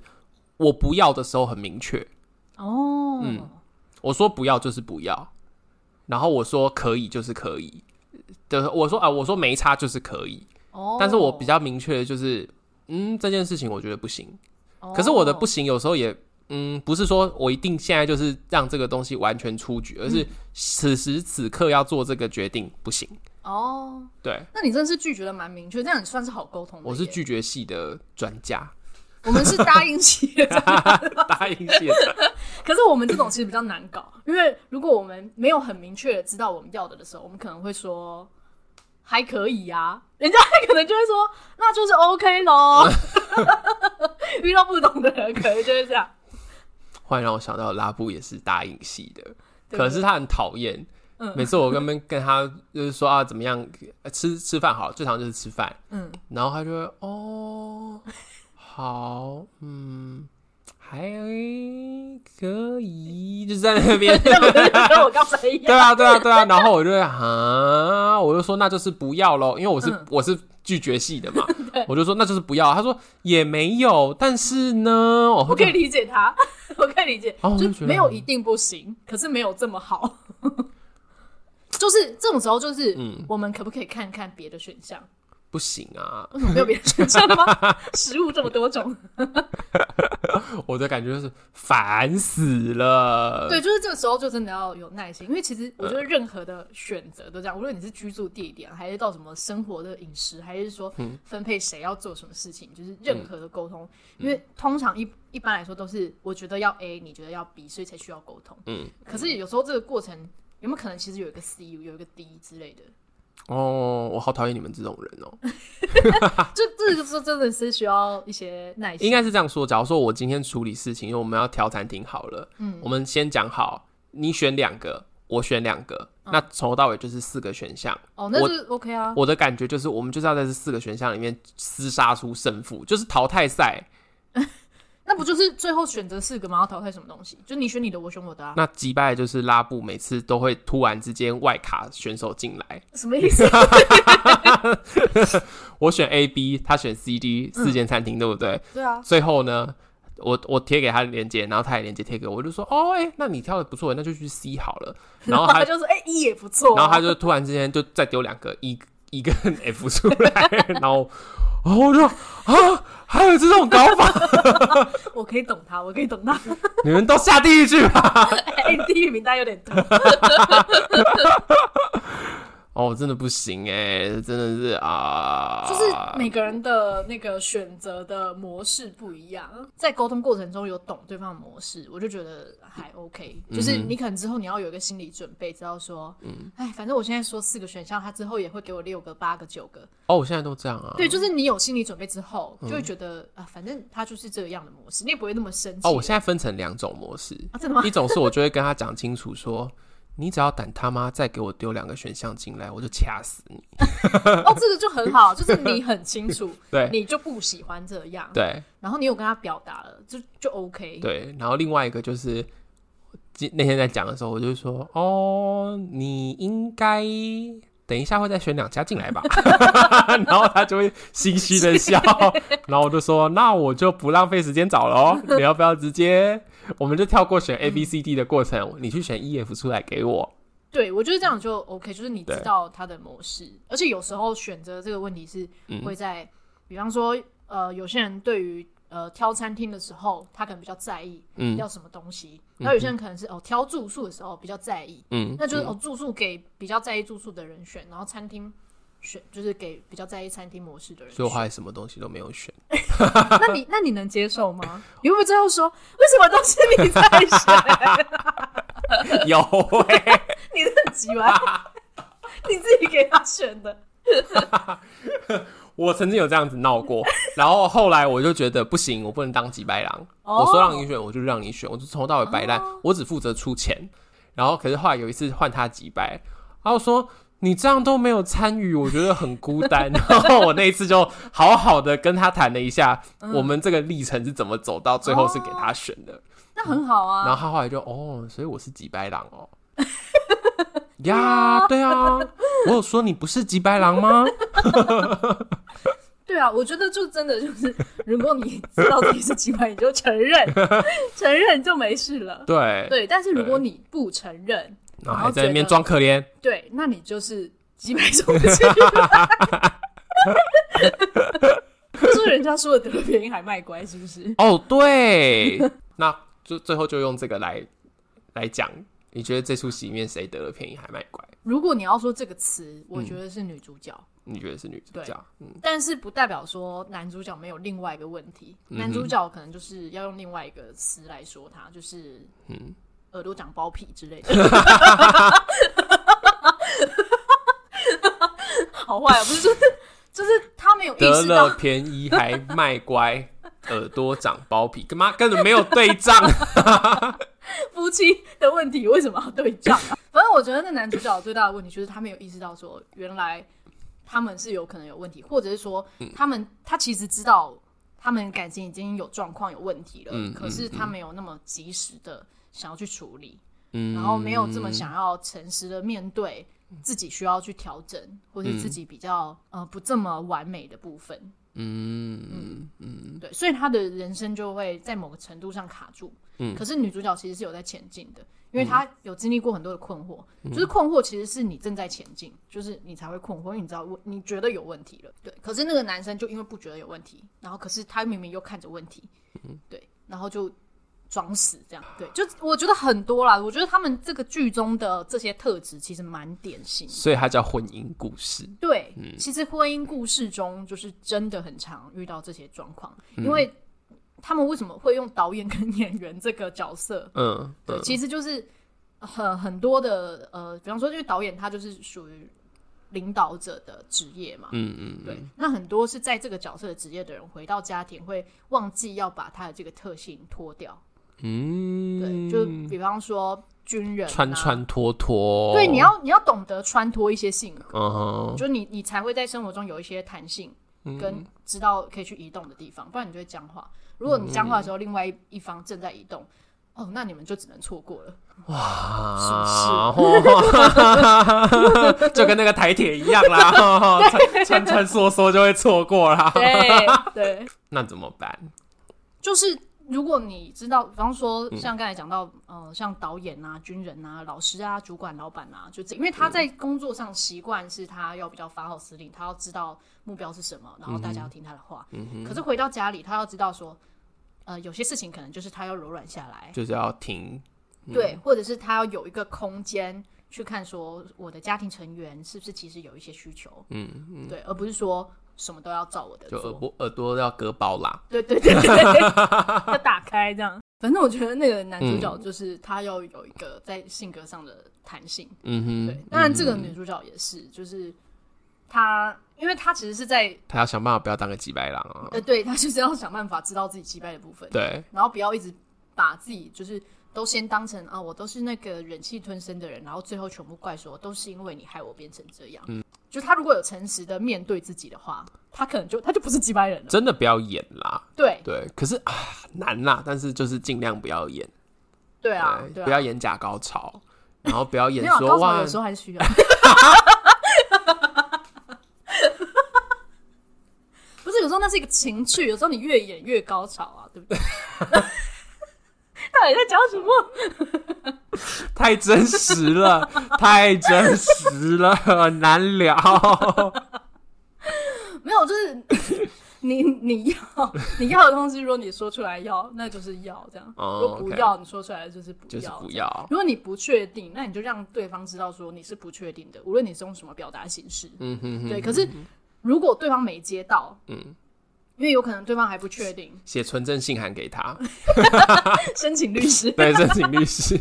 我不要的时候很明确，
哦，
嗯我说不要就是不要，然后我说可以就是可以，就是我说啊，我说没差就是可以，
哦，
但是我比较明确的就是，嗯，这件事情我觉得不行，
哦，
可是我的不行有时候也。嗯，不是说我一定现在就是让这个东西完全出局，而是此时此刻要做这个决定不行。
哦，
对，
那你真的是拒绝的蛮明确，这样你算是好沟通的。
我是，拒绝系的专家，
我们是答应期的
答应系的。
可是我们这种其实比较难搞，因为如果我们没有很明确的知道我们要的的时候，我们可能会说还可以啊，人家可能就会说那就是 OK 咯。遇到不懂的人，可能就会这 样。
忽然让我想到拉布也是答应系的，
对
可是他很讨厌。每次我跟跟跟他就是说啊怎么样呃吃吃饭好了，最常就是吃饭，
嗯，
然后他就会哦好嗯还可以，就在那边
那不是就跟我刚才一
对
样？
啊，对啊，对 啊。然后我就会啊，我就说那就是不要咯，因为我是、
嗯
我是拒绝系 的嘛，我就说那就是不要。他说也没有，但是呢，我
我
会
可以理解他， 我可以理解，
哦我就觉
就
得
没有一定不行，可是没有这么好。 就是这种时候，就是、
嗯
我们可不可以看看别的选项？
不行啊，
为什么没有别的选项了吗？ 食物这么多种，
我的感觉就是烦死了。
对，就是这个时候就真的要有耐心，因为其实我觉
嗯
得任何的选择都这样，无论你是居住地点，还是到什么生活的饮食，还是说
嗯
分配谁要做什么事情，就是任何的沟通，
嗯
因为通常一一般来说都是我觉得要 A，你觉得要 B，所以才需要沟通。
嗯，
可是有时候这个过程有没有可能其实有一个 C，有一个 D 之类的？
哦，我好讨厌你们这种人哦。
这这个时候真的是需要一些耐心。
应该是这样说，假如说我今天处理事情，因为我们要挑餐厅好了，嗯，我们先讲好，你选两个，我选两个，
嗯
那从头到尾就是四个选项。
哦，那
我
就 OK 啊。
我的感觉就是，我们就是要在这四个选项里面厮杀出胜负，就是淘汰赛。
那不就是最后选择四个吗？要淘汰什么东西？就你选你的，我选我的啊。
那击败就是拉布，每次都会突然之间外卡选手进来，
什么意 思？
我选 A、B，他选 C、D 四间餐厅，对不对？
对啊，
最后呢，我我贴给他链接，然后他也链接贴给我，我就说哦，哎、那你挑的不错，那就去 C 好了。然后他，
就说：“哎、一也不错、
然后他就突然之间就再丢两个 E、E 跟 F 出来，然后，然后我就啊，还有这种搞法，
我可以懂他，我可以懂他。
你们都下地狱去吧。
哎、地狱名单 有点多。
哦，真的不行哎，真的是啊，
就是每个人的那个选择的模式不一样，在沟通过程中有懂对方的模式，我就觉得还 OK。就是
嗯
你可能之后你要有一个心理准备，知道说，哎、反正我现在说四个选项，他之后也会给我六个、八个、九个。
哦，我现在都这样啊，
对，就是你有心理准备之后，
嗯
就会觉得啊、反正他就是这样的模式，你也不会那么生气。
哦，我现在分成两种模式，
啊，真的吗？
一种是我就会跟他讲清楚说，你只要胆他妈再给我丢两个选项进来，我就掐死你。
哦，这个就很好，就是你很清楚，
对
你就不喜欢这样，
对
然后你有跟他表达了，就就 OK。
对，然后另外一个就是。今那天在讲的时候，我就说哦，你应该等一下会再选两家进来吧， 然后他就会心虚的笑，然后我就说那我就不浪费时间找了哦，你要不要直接我们就跳过选 A B C D 的过程，你去选 E F 出来给我，
对我觉得这样就 OK，就是你知
对
道它的模式，而且有时候选择这个问题是
嗯
会在，比方说呃，有些人对于呃挑餐厅的时候，他可能比较在意
嗯
要什么东西，然后有些人可能是哦挑住宿的时候比较在意，
嗯，
那就是哦住宿给比较在意住宿的人选，然后餐厅选就是给比较在意餐厅模式的人
所以我
选。
后来什么东西都没有选。
那你那你能接受吗？你会不会最后说为什么都是你在选？
有哎、
你这急歪，你自己给他选的。
我曾经有这样子闹 过，然后后来我就觉得不行，我不能当几白狼。
哦
我说让你选，我就让你选，我就从头到尾摆烂，我只负责出钱。然后可是后来有一次换他几白，然后说你这样都没有参与，我觉得很孤单。 然后我那一次就好好的跟他谈了一下，
嗯
我们这个历程是怎么走到最后是给他选的。
那很好
然
啊，
后他后来就哦，所以我是几白狼 哦。呀，对啊，我有说你不是几白狼吗？
对啊，我觉得就真的就是，如果你知道自己是鸡排，你就承 认，承认就没事了。
对，
对，但是如果你不承认，
然
然
后
后
还在那
觉
边
得
装可怜。
对，那你就是鸡排中的鸡排。就是人家 说的得了便宜还卖乖，是不是？
哦， 对，那就最后就用这个来来讲，你觉得这出戏里面谁得了便宜还卖乖？
如果你要说这个词，我觉得是女主角，
你觉得是女主角？嗯，
但是不代表说男主角没有另外一个问题。
嗯
男主角可能就是要用另外一个词来说他，就是
嗯
耳朵长包皮之类的。 好坏啊，不是就是就是他没有意
得
识到
了，便宜还卖乖，耳朵长包皮，干嘛根本没有对 仗？
夫妻的问题为什么要对仗 啊？反正我觉得那男主角最大的问题就是他没有意识到说，原来他们是有可能有问题，或者是说
嗯
他们他其实知道他们感情已经有状况有问题了，
嗯
可是他没有那么及时的想要去处理，
嗯，
然后没有这么想要诚实的面对自己需要去调整，或者自己比较、呃不这么完美的部分。
嗯，嗯
对，所以他的人生就会在某个程度上卡住。
嗯
可是女主角其实是有在前进的，因为她有经历过很多的困惑，就是困惑其实是你正在前进，就是你才会困惑，因为你知道问你觉得有问题了，对。可是那个男生就因为不觉得有问题，然后可是他明明又看着问题，对，然后就装死这样，对，就我觉得很多啦，我觉得他们这个剧中的这些特质其实蛮典型的
所以它叫婚姻故事。
对，其实婚姻故事中就是真的很常遇到这些状况，因为他们为什么会用导演跟演员这个角色？
嗯，
对，
嗯
其实就是很很多的呃，比方说，因为导演他就是属于领导者的职业嘛，
嗯嗯，
对，那很多是在这个角色的职业的人回到家庭会忘记要把他的这个特性脱掉，
嗯，
对，就比方说军人、啊、
穿穿哦脱脱，
对，你，要你要懂得穿脱一些性格。
嗯哼，
就你你才会在生活中有一些弹性，
嗯
跟知道可以去移动的地方，不然你就会僵化。
嗯
如果你僵化的时候，另外一一方正在移动，哦，那你们就只能错过了。
啊， 就跟那个台铁一样啦， 穿穿穿梭梭就会错过啦。
对对，
那怎么办？
就是如果你知道，比方说
嗯
像刚才讲到，呃，像导演啊、军人啊、老师啊、主管、老板啊，就这，因为他在工作上习惯是他要比较发号施令，他要知道目标是什么，然后大家要听他的话。
嗯
可是回到家里，他要知道说，呃，有些事情可能就是他要柔软下来，
就是要停，
对，或者是他要有一个空间去看，说我的家庭成员是不是其实有一些需求，
嗯
对，而不是说什么都要照我的
就耳
做，
朵耳朵要割包啦。
对对对对， 要打开这样。反正我觉得那个男
嗯
主角就是他要有一个在性格上的弹性，
嗯哼，
对。当然，这个
嗯
女主角也是，就是她，因为她其实是在
他要想办法不要当个几白狼啊。
呃，对她就是要想办法知道自己击败的部分，
对，
然后不要一直把自己就是都先当成啊，我都是那个忍气吞声的人，然后最后全部怪说都是因为你害我变成这样。嗯，就他如果有诚实的面对自己的话，他可能就他就不是几百人了。
真的不要演啦。
对
对，可是啊难啦，但是就是尽量不要演，
对啊，对
对，
啊，
不要演假高潮，然后不要演
没有啊
说
高潮
哇
有时候还是 需要。不是，有时候那是一个情趣，有时候你 越演越高潮啊，对不对？到底在讲什么？
太真实 了，太真实了，难 聊。
没有，就是你你要你要的东西，如果你说出来要，那就是要这样；
哦
如果不
OK
要，你说出来就是不要，
就是不
这样。
要。
如果你不确定，那你就让对方知道说你是不确定的，无论你是用什么表达形式。
嗯哼哼，
对，可是如果对方没接到，
嗯，
因为有可能对方还不 确定，
写存证信函给 他，
申请律师。
对，申请律师。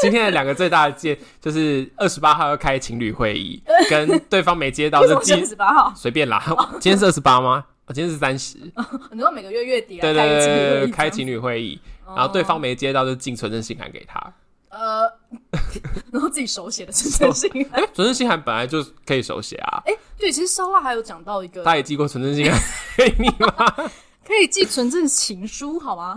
今天的两个最大的界就是二十八号要开情侣会议， 跟对方没接到
为什
就
么
记
三十八号？
随便啦。今天是二十八吗？哦今天是三十。
你说每个月月底啊，
对对对对，对
开
开
情
情
侣会议这样子
侣会议，然后对方没接到就寄存证信函给他。
呃，然后自己手写的是 真心。
哎，存证信函本来就可以手写啊，
哎，对，其实烧腊还有讲到一个，
他也寄过存证信函给你 吗？
可以寄存证情书，好吗？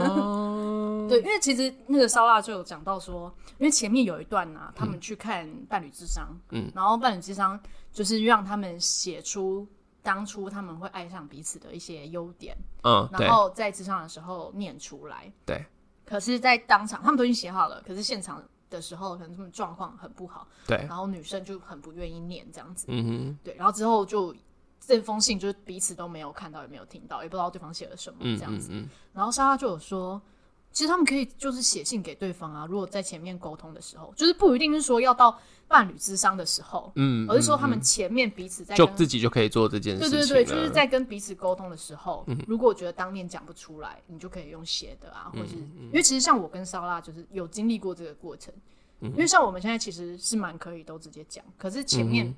哦，
对，因为其实那个烧腊就有讲到说，因为前面有一段呢、他们去看伴侣智商，
嗯，
然后伴侣智商就是让他们写出当初他们会爱上彼此的一些优点，
嗯，对
然，后在智商的时候念出来。
对，
可是，在当场他们都已经写好了，可是现场的时候可能他们状况很不好，
对，
然后女生就很不愿意念这样子，
嗯哼，
对，然后之后就这封信就是彼此都没有看到，也没有听到，也不知道对方写了什么
嗯
这样
嗯
子。
嗯，
然后莎拉就有说，其实他们可以就是写信给对方啊，如果在前面沟通的时候，就是不一定是说要到伴侣之商的时候，
嗯，
而是说
嗯
他们
嗯
前面彼此在
就
跟
自己就可以做这件事
对
情
对
了。嗯
对，就是在跟彼此沟通的时候，如果觉得当面讲不出来，你就可以用写的
嗯
啊，或是因为其实像我跟烧腊就是有经历过这个过程，
嗯
因为像我们现在其实是蛮可以都直接讲，可是前
嗯
面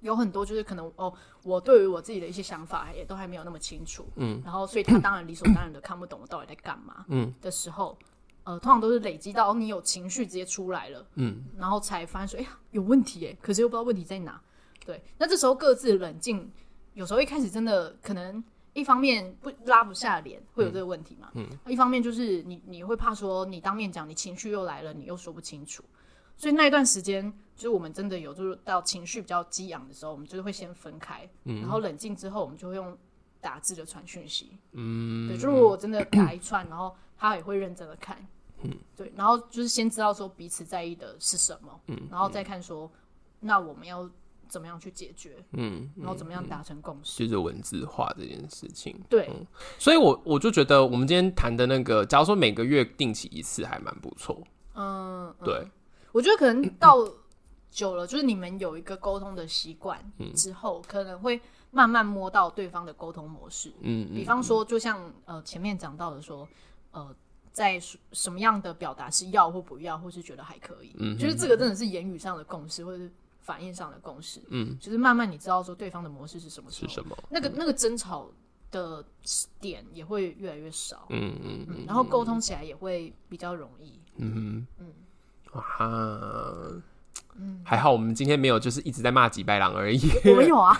有很多就是可能哦，我对于我自己的一些想法也都还没有那么清楚，嗯，然后所以他当然理所当然的看不懂我到底在干嘛，
嗯
的时候。呃，通常都是累积到你有情绪直接出来了，
嗯，
然后才发现说，哎、呀，有问题哎，可是又不知道问题在哪。对，那这时候各自冷静，有时候一开始真的可能一方面不拉不下脸，会有这个问题嘛，嗯，一方面就是你你会怕说你当面讲，你情绪又来了，你又说不清楚，所以那一段时间，就是我们真的有就是到情绪比较激昂的时候，我们就是会先分开，嗯，然后冷静之后，我们就会用打字的传讯息，嗯，对，就如果我真的打一串，然后他也会认真的看，嗯，对，然后就是先知道说彼此在意的是什么，嗯，然后再看说那我们要怎么样去解决，
嗯，
然后怎么样达成共识，
就是文字化这件事情。
对，
所以我我就觉得我们今天谈的那个，假如说每个月定期一次，还蛮不错。
嗯，嗯
对，
我觉得可能到久了，就是你们有一个沟通的习惯
嗯
之后，可能会慢慢摸到对方的沟通模式。
嗯
比
嗯
方说，就像呃前面讲到的说，呃，在什什么样的表达是要或不要，或是觉得还可以，
嗯
就是这个真的是言语上的共识，或者是反应上的共识，
嗯，
就是慢慢你知道说对方的模式是什么时
是
候，
什么？嗯
那个那个争吵的点也会越来越少，
嗯嗯
嗯，然后沟通起来也会比较容 易，
嗯
嗯
嗯，啊。
嗯，
还好我们今天没有，就是一直在骂几白狼而已。
我们有啊，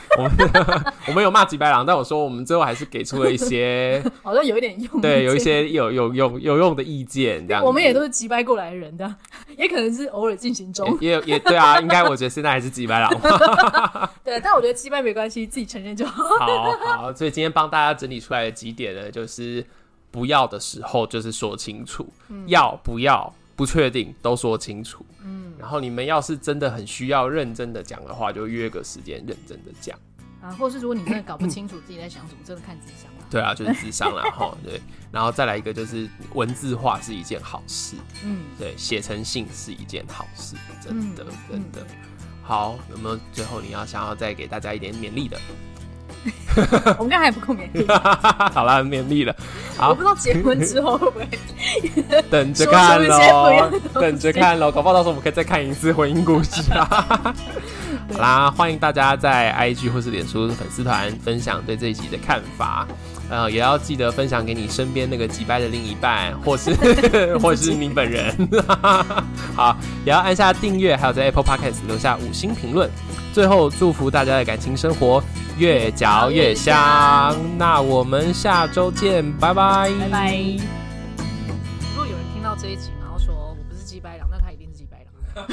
我们有骂几白狼，但我说我们最后还是给出了一 些，
好像有一点用，
对，有一。些有有有有用的意见，这样子。
我们也都是击败过来的人的， 也可能是偶尔进行中。
也也也对啊，应该我觉得现在还是几白狼
对，但我觉得击败没关系，自己承认就好。
好好，所以今天帮大家整理出来的几点呢，就是不要的时候就是说清楚，
嗯
要不要不确定都说清楚。嗯，然后你们要是真的很需要认真的讲的话，就约个时间认真的讲。
啊，或是如果你真的搞不清楚自己在想什么，真的看自己想啦。
对啊，就是智商啦，哈， 对。然后再来一个就是文字化是一件好事，
嗯，
对，写成信是一件好事，真的
嗯
真的。好，有没有最后你要想要再给大家一点勉励的？
我们刚才还不够勉励，
好啦，勉励了。好
我不知道结婚之后会不会。
等着看
说出一些不一
喽
样的东，西
等着看喽，搞不好到时候我们可以再看一次婚姻故事啊。好啦，欢迎大家在 IG 或是脸书粉丝团分享对这一集的看法，呃，也要记得分享给你身边那个击败的另一半，或是或是你本人。 好，也要按下订阅，还有在 Apple Podcast 留下五星评论。最后，祝福大家的感情生活越嚼越香。那我们下周见，拜拜，
拜拜。如果有人听到这一集，然后说我不是鸡掰狼，那他一定是鸡掰狼。